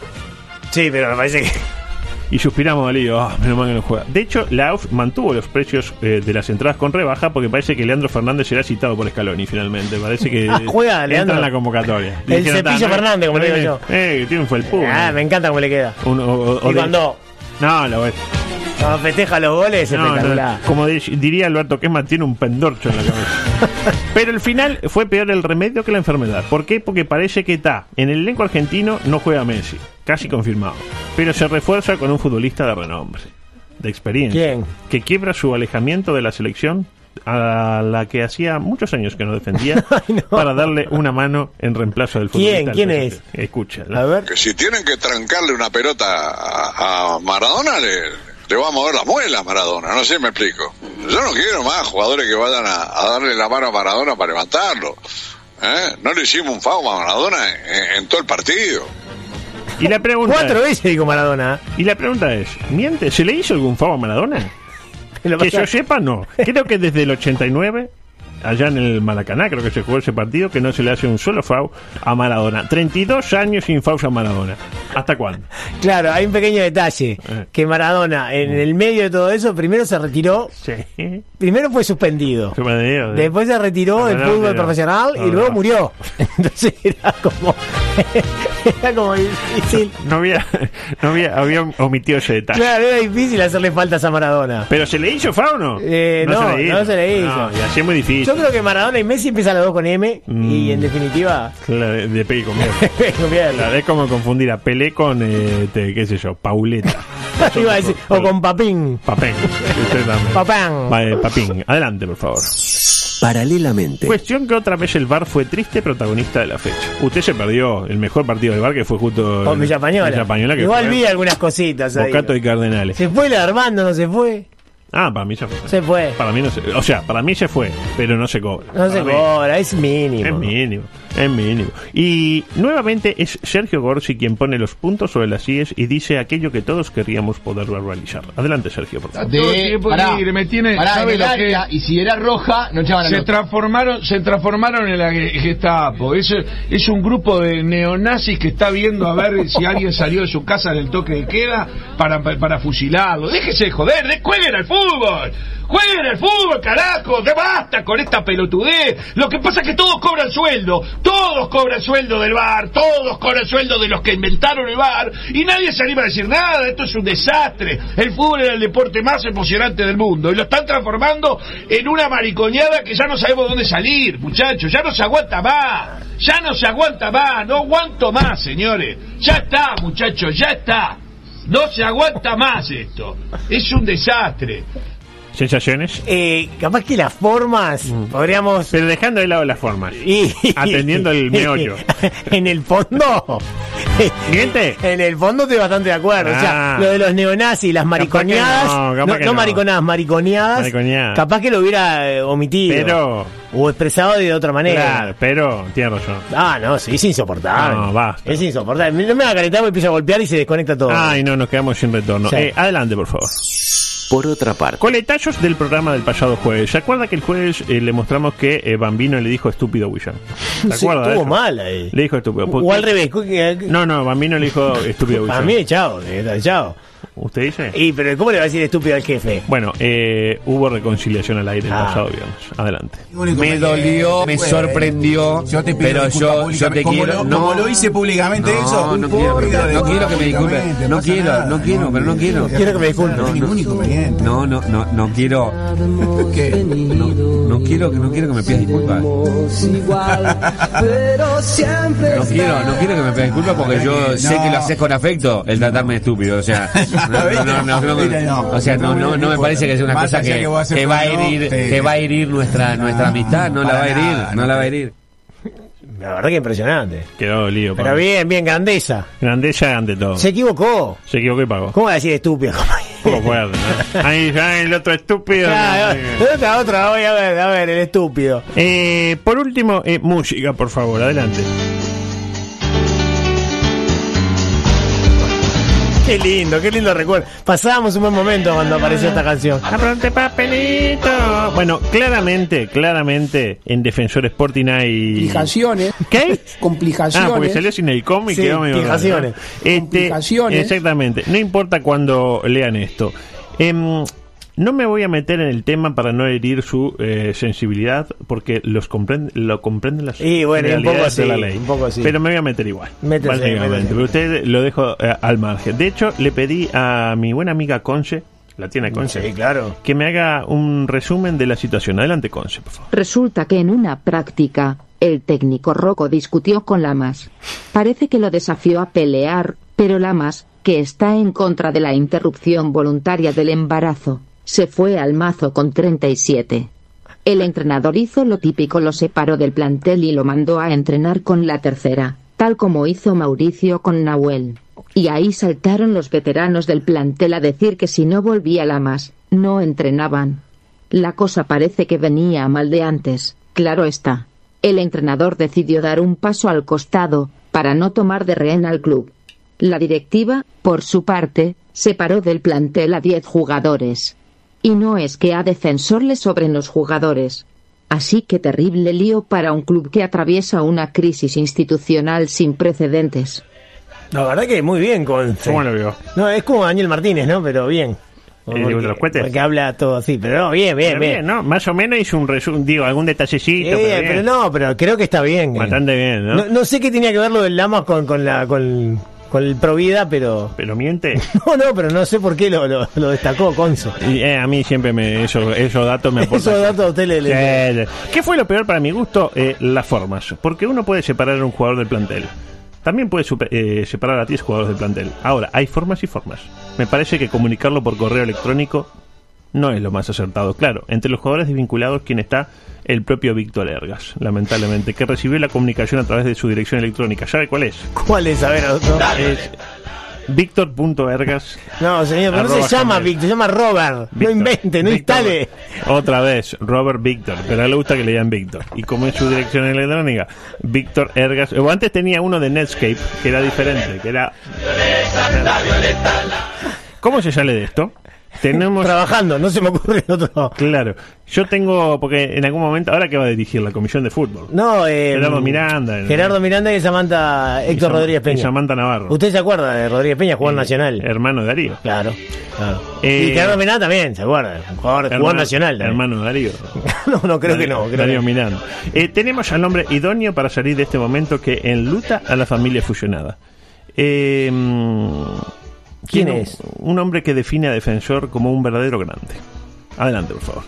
Speaker 10: sí, pero me parece que.
Speaker 9: Y suspiramos alivio, ah, menos mal que no juega. De hecho, la AUF mantuvo los precios eh, de las entradas con rebaja porque parece que Leandro Fernández será citado por Scaloni finalmente. Parece que
Speaker 10: Ah, juega,
Speaker 9: entra
Speaker 10: Leandro.
Speaker 9: en la convocatoria.
Speaker 10: El
Speaker 9: Dijeron,
Speaker 10: Cepillo
Speaker 9: "Ah, no,
Speaker 10: Fernández, como
Speaker 9: no
Speaker 10: le digo
Speaker 9: viene". Eh, que triunfo el público.
Speaker 10: Ah, me encanta cómo le queda.
Speaker 9: Un- o- o- o
Speaker 10: y
Speaker 9: de-
Speaker 10: cuando,
Speaker 9: No, lo ves.
Speaker 10: cuando festeja los goles,
Speaker 9: No, no,
Speaker 10: espectacular.
Speaker 9: como di- diría Alberto Quema, tiene un pendorcho en la cabeza. Pero el final fue peor el remedio que la enfermedad. ¿Por qué? Porque parece que está. En el elenco argentino no juega Messi, casi confirmado. Pero se refuerza con un futbolista de renombre, de experiencia.
Speaker 10: ¿Quién?
Speaker 9: Que quiebra su alejamiento de la selección a la que hacía muchos años que no defendía
Speaker 10: Ay, no.
Speaker 9: para darle una mano en reemplazo del
Speaker 10: ¿Quién?
Speaker 9: futbolista.
Speaker 10: ¿Quién
Speaker 9: Entonces, Escucha.
Speaker 10: A ver.
Speaker 8: Que si tienen que trancarle una pelota a, a Maradona, le, le va a mover las muelas a Maradona. No sé, me explico. Yo no quiero más jugadores que vayan a, a darle la mano a Maradona para levantarlo. ¿Eh? No le hicimos un foul a Maradona en, en todo el partido.
Speaker 9: Y la pregunta
Speaker 10: Cuatro
Speaker 9: es,
Speaker 10: veces digo Maradona. ¿eh?
Speaker 9: y la pregunta es, ¿miente? ¿Se le hizo algún favor a Maradona?
Speaker 10: Lo
Speaker 9: Que
Speaker 10: pasa-
Speaker 9: yo sepa, no. Creo que desde el 89, allá en el Maracaná, creo que se jugó ese partido, que no se le hace un solo FAU a Maradona. 32 años sin FAUs a Maradona. ¿Hasta cuándo?
Speaker 10: Claro, hay un pequeño detalle.
Speaker 9: Eh. Mm.
Speaker 10: Que Maradona, en el medio de todo eso, primero se retiró.
Speaker 9: Sí.
Speaker 10: Primero fue suspendido.
Speaker 9: eh,
Speaker 10: Después se retiró del
Speaker 9: Maradona,
Speaker 10: fútbol
Speaker 9: pero-
Speaker 10: profesional
Speaker 9: no,
Speaker 10: y luego
Speaker 9: no.
Speaker 10: murió. Entonces era como. era como difícil.
Speaker 9: No había, no había, había omitido ese detalle.
Speaker 10: Claro, era difícil hacerle faltas a Maradona.
Speaker 9: ¿Pero se le hizo FAU o no?
Speaker 10: Eh, no, no se le hizo.
Speaker 9: y así es muy difícil.
Speaker 10: Yo creo que Maradona y Messi empiezan los dos con M
Speaker 9: Mm.
Speaker 10: y en definitiva.
Speaker 9: Claro, de, de Peggy con miedo.
Speaker 10: Bien.
Speaker 9: Claro, es como confundir a Pelé con, eh, te- qué sé yo, Pauleta.
Speaker 10: Iba a decir, o con Papín.
Speaker 9: Papén. Usted también.
Speaker 10: Papán.
Speaker 9: Vale, papín. Adelante, por favor.
Speaker 1: Paralelamente,
Speaker 6: Pues.
Speaker 9: Cuestión que otra vez el VAR fue triste protagonista de la fecha. Usted se perdió el mejor partido del VAR que fue justo
Speaker 10: Con Villa
Speaker 9: Villapañola
Speaker 10: Pañola.
Speaker 9: que
Speaker 10: Igual
Speaker 9: fue
Speaker 10: vi algunas cositas ahí.
Speaker 9: Bocato y Cardenales.
Speaker 10: Se fue el Armando, no se fue.
Speaker 9: Ah, para mí se fue.
Speaker 10: Se fue.
Speaker 9: Para mí no se, o sea, para mí se fue, pero no se cobra.
Speaker 10: No se
Speaker 9: Para mí-
Speaker 10: cobra, es mínimo.
Speaker 9: Es mínimo, es mínimo. Y nuevamente es Sergio Gorsi quien pone los puntos sobre las IES y dice aquello que todos querríamos poder verbalizar. Adelante, Sergio, por favor.
Speaker 6: Todo
Speaker 11: de
Speaker 6: tiempo
Speaker 11: pará,
Speaker 6: libre, me tiene-
Speaker 11: pará,
Speaker 6: ¿sabe
Speaker 11: en
Speaker 6: lo
Speaker 11: el área,
Speaker 6: que?
Speaker 11: y si era roja no echaban la
Speaker 6: se
Speaker 11: nota.
Speaker 6: transformaron se transformaron en la ge- Gestapo es, es un grupo de neonazis que está viendo a ver si alguien salió de su casa del toque de queda para, para fusilarlo déjese de joder de- jueguen al fútbol jueguen al fútbol carajo de basta con esta pelotudez lo que pasa es que todos cobran sueldo todos cobran sueldo del bar todos cobran sueldo de los que inventaron el bar y nadie se anima a decir nada esto es un desastre el fútbol era el deporte más emocionante del mundo y lo están transformando en una maricoñada que ya no sabemos dónde salir, muchachos, ya no se aguanta más, ya no se aguanta más, no aguanto más, señores, ya está, muchachos, ya está, no se aguanta más esto, es un desastre.
Speaker 9: ¿Sensaciones?
Speaker 10: Eh, capaz que las formas
Speaker 9: Mm.
Speaker 10: podríamos.
Speaker 9: Pero dejando de lado las formas. Atendiendo el meollo.
Speaker 10: en el fondo.
Speaker 9: ¿Miente?
Speaker 10: En el fondo estoy bastante de acuerdo. O sea,
Speaker 9: Ah.
Speaker 10: lo de los neonazis, las mariconeadas.
Speaker 9: no, capaz que
Speaker 10: no
Speaker 9: no.
Speaker 10: mariconadas, mariconeadas.
Speaker 9: Mariconeadas.
Speaker 10: Capaz que lo hubiera eh, omitido.
Speaker 9: Pero-
Speaker 10: O expresado de otra manera.
Speaker 9: Claro, pero tiene razón.
Speaker 10: Ah, no, sí, es insoportable.
Speaker 9: No, basta.
Speaker 10: Es insoportable. No me haga calentar, me empiezo a golpear y se desconecta todo.
Speaker 9: Ay, no, nos quedamos sin retorno.
Speaker 10: Sí.
Speaker 9: Eh, adelante, por favor.
Speaker 1: Por otra parte,
Speaker 9: Coletazos del programa del pasado jueves. ¿Se acuerda que el jueves eh, le mostramos que eh, Bambino le dijo estúpido a William? ¿Se
Speaker 10: Sí,
Speaker 9: acuerda? de
Speaker 10: estuvo
Speaker 9: eso?
Speaker 10: mal ahí.
Speaker 9: Le dijo estúpido. pues,
Speaker 10: O al revés. cu- que-
Speaker 9: No, no, Bambino le dijo estúpido a
Speaker 10: A
Speaker 9: William.
Speaker 10: mí, chao, eh, chao.
Speaker 9: ¿Usted dice?
Speaker 10: Y pero ¿cómo le va a decir estúpido al jefe?
Speaker 9: Bueno, eh, hubo reconciliación al aire el
Speaker 10: Ah.
Speaker 9: pasado viernes. Adelante.
Speaker 12: Me dolió, me sorprendió, pero yo, yo te
Speaker 13: Como
Speaker 12: quiero.
Speaker 13: lo-
Speaker 12: no,
Speaker 13: como lo hice públicamente
Speaker 12: no,
Speaker 13: eso,
Speaker 12: no
Speaker 13: no
Speaker 12: quiero,
Speaker 13: importa,
Speaker 12: no
Speaker 13: no
Speaker 12: quiero que me
Speaker 13: públicamente,
Speaker 12: disculpen.
Speaker 13: no
Speaker 12: No
Speaker 13: pasa
Speaker 12: quiero,
Speaker 13: nada,
Speaker 12: no quiero, pero no quiero.
Speaker 13: Quiero que me disculpen.
Speaker 12: No,
Speaker 13: No hay ningún inconveniente.
Speaker 12: No, no, no, no quiero. ¿Qué? No, no quiero, que- no quiero que me pidas disculpas.
Speaker 14: Pero siempre.
Speaker 12: No quiero, no quiero que me pidas disculpas porque yo sé que lo haces con afecto, el tratarme de estúpido. O sea, no, no, no, no, no,
Speaker 13: Mira, no.
Speaker 12: o sea, no, no, no me parece que sea una
Speaker 13: Más
Speaker 12: cosa
Speaker 13: allá
Speaker 12: que,
Speaker 13: que vos haces
Speaker 12: que va a
Speaker 13: feo,
Speaker 12: herir,
Speaker 13: te-
Speaker 12: que va a herir nuestra, nuestra amistad, no la
Speaker 10: para
Speaker 12: va a
Speaker 10: nada,
Speaker 12: herir, no
Speaker 10: no
Speaker 12: la va a
Speaker 10: te-
Speaker 12: herir.
Speaker 10: La verdad que impresionante.
Speaker 9: Quedó dolido.
Speaker 10: Pero
Speaker 9: Pablo.
Speaker 10: bien, bien, grandeza.
Speaker 9: Grandeza ante todo.
Speaker 10: Se equivocó.
Speaker 9: Se equivocó y pagó.
Speaker 10: ¿Cómo va a decir estúpido?
Speaker 9: Poco fuerte, ¿no? Ahí ya el otro estúpido.
Speaker 10: Claro,
Speaker 9: No,
Speaker 10: otra, otra, voy a ver, a ver, el estúpido.
Speaker 9: Eh, por último, eh, música, por favor, adelante.
Speaker 10: Qué lindo, qué lindo recuerdo. Pasábamos un buen momento cuando apareció esta canción.
Speaker 9: Apronte papelito. Bueno, claramente, claramente, en Defensor Sporting hay...
Speaker 15: Complicaciones.
Speaker 9: ¿Qué?
Speaker 15: Complicaciones.
Speaker 9: Ah, porque salió sin el cómic y
Speaker 15: Sí,
Speaker 9: quedó medio raro, ¿no?
Speaker 15: fijaciones.
Speaker 9: Este,
Speaker 15: Complicaciones.
Speaker 9: Exactamente. No importa cuando lean esto. Em, no me voy a meter en el tema para no herir su eh, sensibilidad, porque los comprende, lo comprenden las
Speaker 10: Y bueno, un poco
Speaker 9: generalidades de la
Speaker 10: así,
Speaker 9: ley.
Speaker 10: un poco así.
Speaker 9: Pero me voy a meter igual.
Speaker 10: Métese,
Speaker 9: básicamente.
Speaker 10: métese.
Speaker 9: Pero usted lo dejo eh, al margen. De hecho, le pedí a mi buena amiga Conce, la tiene Conce,
Speaker 10: claro.
Speaker 9: que me haga un resumen de la situación. Adelante, Conce, por favor.
Speaker 16: Resulta que en una práctica, el técnico Rocco discutió con Lamas. Parece que lo desafió a pelear, pero Lamas, que está en contra de la interrupción voluntaria del embarazo, se fue al mazo con 37. El entrenador hizo lo típico, lo separó del plantel y lo mandó a entrenar con la tercera, tal como hizo Mauricio con Nahuel. Y ahí saltaron los veteranos del plantel a decir que si no volvía Lamas, no entrenaban. La cosa parece que venía mal de antes, claro está. El entrenador decidió dar un paso al costado, para no tomar de rehén al club. La directiva, por su parte, separó del plantel a diez jugadores. Y no es que a defensor le sobren los jugadores. Así que terrible lío para un club que atraviesa una crisis institucional sin precedentes.
Speaker 10: La verdad que muy bien con.
Speaker 9: ¿Cómo lo vio?
Speaker 10: No, es como Daniel Martínez, ¿no? Pero bien.
Speaker 9: ¿El de los cohetes?
Speaker 10: porque habla todo así, pero no, bien, bien,
Speaker 9: Pero
Speaker 10: bien.
Speaker 9: ¿no? Más o menos hizo un resumen, digo, algún
Speaker 10: Eh,
Speaker 9: detallecito.
Speaker 10: pero,
Speaker 9: bien.
Speaker 10: no, pero creo que está bien. eh.
Speaker 9: Bastante bien, ¿no?
Speaker 10: No, no sé qué tenía que ver lo del Lamas con, con la con, con el Provida, pero.
Speaker 9: Pero miente.
Speaker 10: No, no, pero no sé por qué lo, lo- lo destacó Conce.
Speaker 9: Y, eh, a mí siempre me, eso- esos datos me aportan.
Speaker 10: Esos datos a usted le- le-
Speaker 9: Sí, sí. ¿Qué fue lo peor para mi gusto? Eh, las formas. Porque uno puede separar a un jugador del plantel. También puede super- eh, separar a 10 jugadores del plantel. Ahora, hay formas y formas. Me parece que comunicarlo por correo electrónico no es lo más acertado. Claro, entre los jugadores desvinculados, quien está el propio Víctor Ergas, lamentablemente, que recibió la comunicación a través de su dirección electrónica. ¿Sabe cuál es?
Speaker 10: ¿Cuál es? A ver, otro.
Speaker 9: Es Víctor.ergas.
Speaker 10: No, señor, pero no
Speaker 9: Arroba
Speaker 10: se llama
Speaker 9: gmail.
Speaker 10: Víctor, se llama Robert. No invente, no instale.
Speaker 9: Otra vez, Robert Víctor, pero a él le gusta que le digan Víctor. Y como es su dirección electrónica, Víctor Ergas. O antes tenía uno de Netscape, que era diferente, que era... ¿Cómo se sale de esto? Tenemos...
Speaker 10: Trabajando, no se me ocurre otro.
Speaker 9: Claro. Yo tengo, porque en algún momento, ahora que va a dirigir la comisión de fútbol.
Speaker 10: No, eh,
Speaker 9: Gerardo Miranda. el-
Speaker 10: Gerardo Miranda y Samantha Héctor
Speaker 9: Sam-
Speaker 10: Rodríguez Peña.
Speaker 9: y Samantha Navarro.
Speaker 10: ¿Usted se acuerda de Rodríguez Peña, jugador nacional?
Speaker 9: Eh, Hermano de Darío.
Speaker 10: Claro.
Speaker 9: Eh,
Speaker 10: y Gerardo Miranda también, ¿se acuerda? Un Jugador,
Speaker 9: Hermano-
Speaker 10: jugador nacional. también.
Speaker 9: Hermano de Darío.
Speaker 10: No, no, creo que no.
Speaker 9: Darío,
Speaker 10: creo
Speaker 9: Darío
Speaker 10: que-
Speaker 9: Miranda. Eh, tenemos al nombre idóneo para salir de este momento que enluta a la familia fusionada. Eh, mm,
Speaker 10: ¿Quién
Speaker 9: tiene
Speaker 10: es?
Speaker 9: Un, un hombre que define a Defensor como un verdadero grande. Adelante, por favor.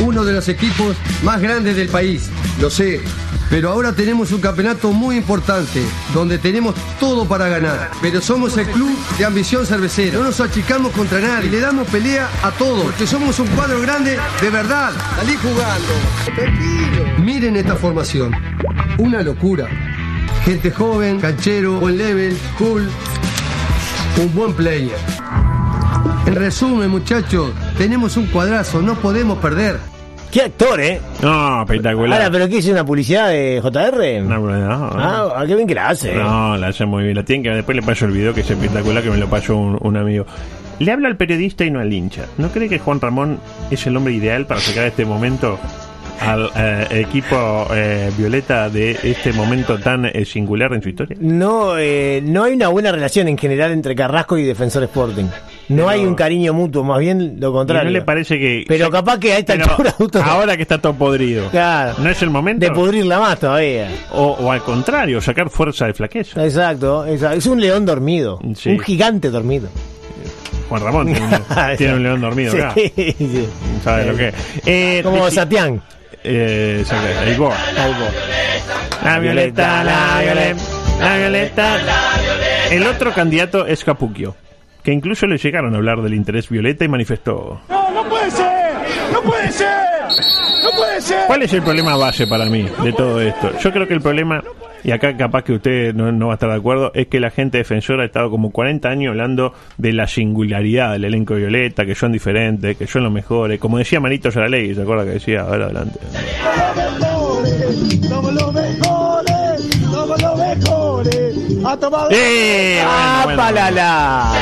Speaker 11: uno de los equipos más grandes del país, lo sé. Pero ahora tenemos un campeonato muy importante, donde tenemos todo para ganar. Pero somos el club de ambición cervecera. No nos achicamos contra nadie, le damos pelea a todos, porque somos un cuadro grande de verdad. Salí jugando. Miren esta formación. Una locura. Gente joven, canchero, buen level, cool. Un buen player. En resumen, muchachos, tenemos un cuadrazo, no podemos perder.
Speaker 10: ¿Qué actor, eh?
Speaker 9: No, espectacular.
Speaker 10: Ahora, ¿pero qué es una publicidad de JR?
Speaker 9: No, no, no.
Speaker 10: Ah, ah, qué bien que la hace.
Speaker 9: No, la hace muy bien. La tienen que después le paso el video que es espectacular que me lo pasó un, un amigo. Le habla al periodista y no al hincha. ¿No cree que Juan Ramón es el hombre ideal para sacar este momento al eh, equipo eh, violeta de este momento tan eh, singular en su historia?
Speaker 10: No, eh, no hay una buena relación en general entre Carrasco y Defensor Sporting. No hay un cariño mutuo, más bien lo
Speaker 9: ¿Y
Speaker 10: contrario.
Speaker 9: ¿No le parece que
Speaker 10: Pero capaz que a esta
Speaker 9: Pero
Speaker 10: altura justo-
Speaker 9: ahora que está todo podrido?
Speaker 10: Claro.
Speaker 9: ¿No es el momento?
Speaker 10: de pudrirla más todavía.
Speaker 9: o, o al contrario, sacar fuerza de flaqueza.
Speaker 10: Exacto, exacto. es un león dormido,
Speaker 9: Sí.
Speaker 10: un gigante dormido.
Speaker 9: Juan Ramón tiene un, tiene un león dormido
Speaker 10: Sí,
Speaker 9: acá.
Speaker 10: sí.
Speaker 9: ¿Sabes lo que es? Eh,
Speaker 10: Como
Speaker 9: deci-
Speaker 10: Satián.
Speaker 9: Eh, saca- el Goa. La violeta, la violeta, la violeta. El otro candidato es Capuquio, que incluso le llegaron a hablar del interés violeta y manifestó.
Speaker 2: No, no puede ser. No puede ser. No puede ser.
Speaker 9: ¿Cuál es el problema base para mí de todo esto? Yo creo que el problema, y acá capaz que usted no, no va a estar de acuerdo, es que la gente defensora ha estado como 40 años hablando de la singularidad del elenco violeta, que son diferentes, que son los mejores. Como decía Manito Yaraley, ¿se acuerda que decía? A ver, adelante.
Speaker 2: Somos los mejores. Somos los mejores. A tomar.
Speaker 9: ¡Eh! Bueno, bueno,
Speaker 10: ¡Apalala!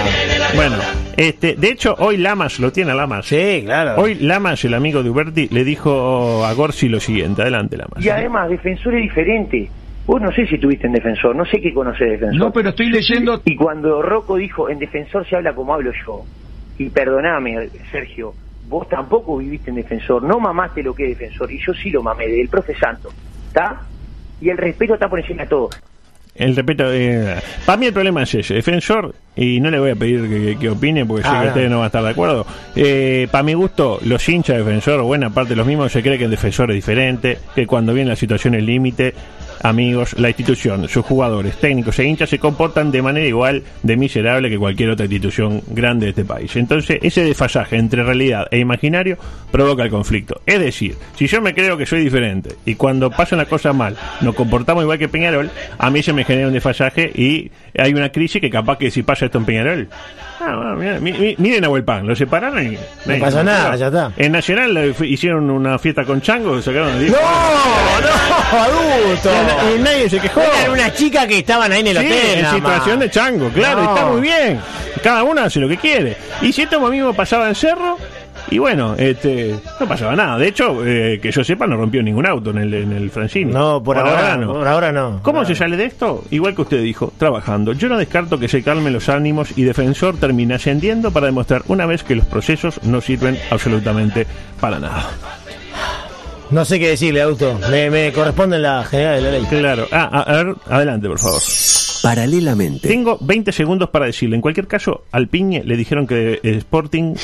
Speaker 9: Bueno, este, de hecho, hoy Lamas, lo tiene a Lamas.
Speaker 10: Sí, claro.
Speaker 9: Hoy Lamas, el amigo de Uberti, le dijo a Gorsi lo siguiente. Adelante, Lamas.
Speaker 13: Y además, defensor es diferente. Vos no sé si estuviste en defensor, no sé qué conocés de defensor.
Speaker 6: No, pero estoy leyendo.
Speaker 13: Y cuando Rocco dijo, en defensor se habla como hablo yo. Y perdoname, Sergio, vos tampoco viviste en defensor, no mamaste lo que es defensor, y yo sí lo mamé, del profe Santo. ¿Está? Y el respeto está por encima de todo.
Speaker 9: El respeto. eh, para mí el problema es ese. Defensor, y no le voy a pedir que, que opine porque sé
Speaker 10: Ah,
Speaker 9: que
Speaker 10: no.
Speaker 9: ustedes no van a estar de acuerdo. para mi gusto, los hinchas de defensor, o buena parte de los mismos, se cree que el defensor es diferente, que cuando viene la situación es límite, amigos, la institución, sus jugadores, técnicos e hinchas se comportan de manera igual de miserable que cualquier otra institución grande de este país. Entonces, ese desfasaje entre realidad e imaginario provoca el conflicto. Es decir, si yo me creo que soy diferente y cuando pasa una cosa mal nos comportamos igual que Peñarol, a mí se me genera un desfasaje y hay una crisis que capaz que si pasa esto en Peñarol, ah, bueno, mirá, mi- mi- miren a Huelpán, lo separaron y...
Speaker 10: No pasa nada, ya está.
Speaker 9: En Nacional eh, f- hicieron una fiesta con Chango, sacaron diez-
Speaker 10: ¡No! ¡Adulto!
Speaker 9: Y nadie se quejó.
Speaker 10: Eran unas chicas que estaban ahí en el
Speaker 9: Sí,
Speaker 10: hotel.
Speaker 9: en
Speaker 10: nada más.
Speaker 9: situación de chango, claro,
Speaker 10: No.
Speaker 9: está muy bien. Cada uno hace lo que quiere. Y si esto mismo pasaba en Cerro, y bueno, este, no pasaba nada. De hecho, eh, que yo sepa, no rompió ningún auto en el, en el Francini.
Speaker 10: No, por, ahora, Por ahora no.
Speaker 9: ¿Cómo se sale de esto? Igual que usted dijo, trabajando. Yo no descarto que se calmen los ánimos y Defensor termina ascendiendo para demostrar una vez que los procesos no sirven absolutamente para nada.
Speaker 10: No sé qué decirle, adulto. Me, me corresponde la general de la ley.
Speaker 9: Claro. Ah, a, a ver, adelante, por favor.
Speaker 1: Paralelamente.
Speaker 10: Este,
Speaker 9: Tengo 20 segundos para decirle. En cualquier caso, al Piñe le dijeron que el Sporting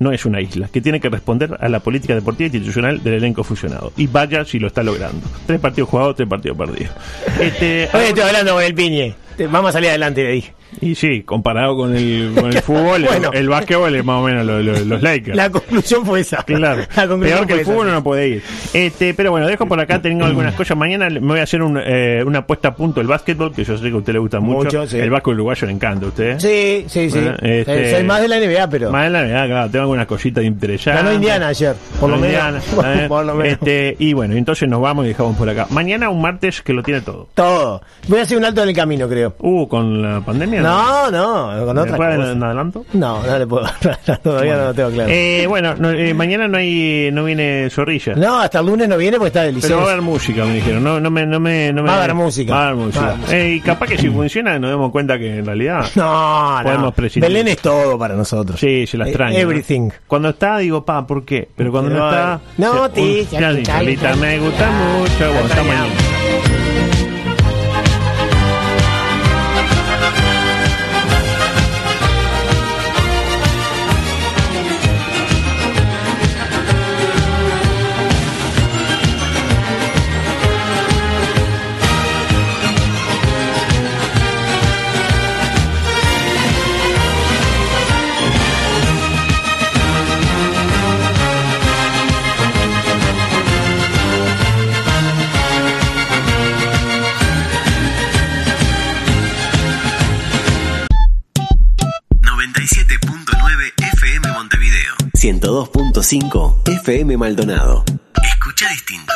Speaker 9: no es una isla, que tiene que responder a la política deportiva institucional del elenco fusionado. Y vaya si lo está logrando. Tres partidos jugados, tres partidos perdidos. Este,
Speaker 10: Hoy estoy hablando con el piñe. Te- Vamos a salir adelante, le dije.
Speaker 9: Y sí, comparado con el, con el fútbol,
Speaker 10: Bueno.
Speaker 9: el, el básquetbol es más o menos lo- lo- los Lakers.
Speaker 10: La conclusión fue esa.
Speaker 9: Claro.
Speaker 10: La
Speaker 9: Peor
Speaker 10: conclusión
Speaker 9: que
Speaker 10: fue
Speaker 9: el
Speaker 10: esa. Mm.
Speaker 9: fútbol no puede ir. Este, pero bueno, dejo por acá, tengo algunas cosas. Mañana le- me voy a hacer un, eh, una apuesta a punto el básquetbol, que yo sé que a usted le gusta mucho.
Speaker 10: Mucho, sí.
Speaker 9: El básquet uruguayo le encanta a usted. ¿eh?
Speaker 10: Sí, sí, sí.
Speaker 9: Bueno, este-
Speaker 10: Soy más de la NBA, pero.
Speaker 9: Más de la verdad, claro, tengo algunas cositas interesantes.
Speaker 10: Ganó Indiana ayer, por lo
Speaker 9: Ganó
Speaker 10: menos.
Speaker 9: Indiana, ¿eh?
Speaker 10: Por lo menos.
Speaker 9: Este, y bueno, entonces nos vamos y dejamos por acá. Mañana un martes que lo tiene todo.
Speaker 10: Todo. Voy a hacer un alto en el camino, creo.
Speaker 9: Uh, con la pandemia.
Speaker 10: No, no, con
Speaker 9: ¿Me
Speaker 10: otra
Speaker 9: puede
Speaker 10: cosa.
Speaker 9: en adelanto?
Speaker 10: No, no le puedo hablar, todavía no lo tengo claro.
Speaker 9: Eh, bueno, no, eh, mañana no hay, no viene Zorrilla.
Speaker 10: no, hasta el lunes no viene porque está delicioso.
Speaker 9: Pero va a haber música, me dijeron. No, no me, no me, no me-
Speaker 10: Va a haber música.
Speaker 9: Va a haber música.
Speaker 10: Va a haber música. Mm.
Speaker 9: Eh, y capaz que si funciona nos damos cuenta que en realidad
Speaker 10: No,
Speaker 9: podemos
Speaker 10: no.
Speaker 9: prescindir.
Speaker 10: Belén es todo para nosotros.
Speaker 9: Sí, se las
Speaker 10: Eh,
Speaker 9: extraño. ¿no?
Speaker 10: everything.
Speaker 9: Cuando está, digo, pa, ¿por qué? Pero cuando
Speaker 10: Pero,
Speaker 9: no está.
Speaker 10: no,
Speaker 9: un-
Speaker 10: ti,
Speaker 9: ya
Speaker 10: ya
Speaker 9: sí,
Speaker 10: está,
Speaker 9: Lolita,
Speaker 10: ya
Speaker 9: me
Speaker 10: está.
Speaker 9: gusta mucho. Bueno, hasta mañana.
Speaker 1: FM Montevideo. 102.5 FM Maldonado.
Speaker 14: Escucha distinto.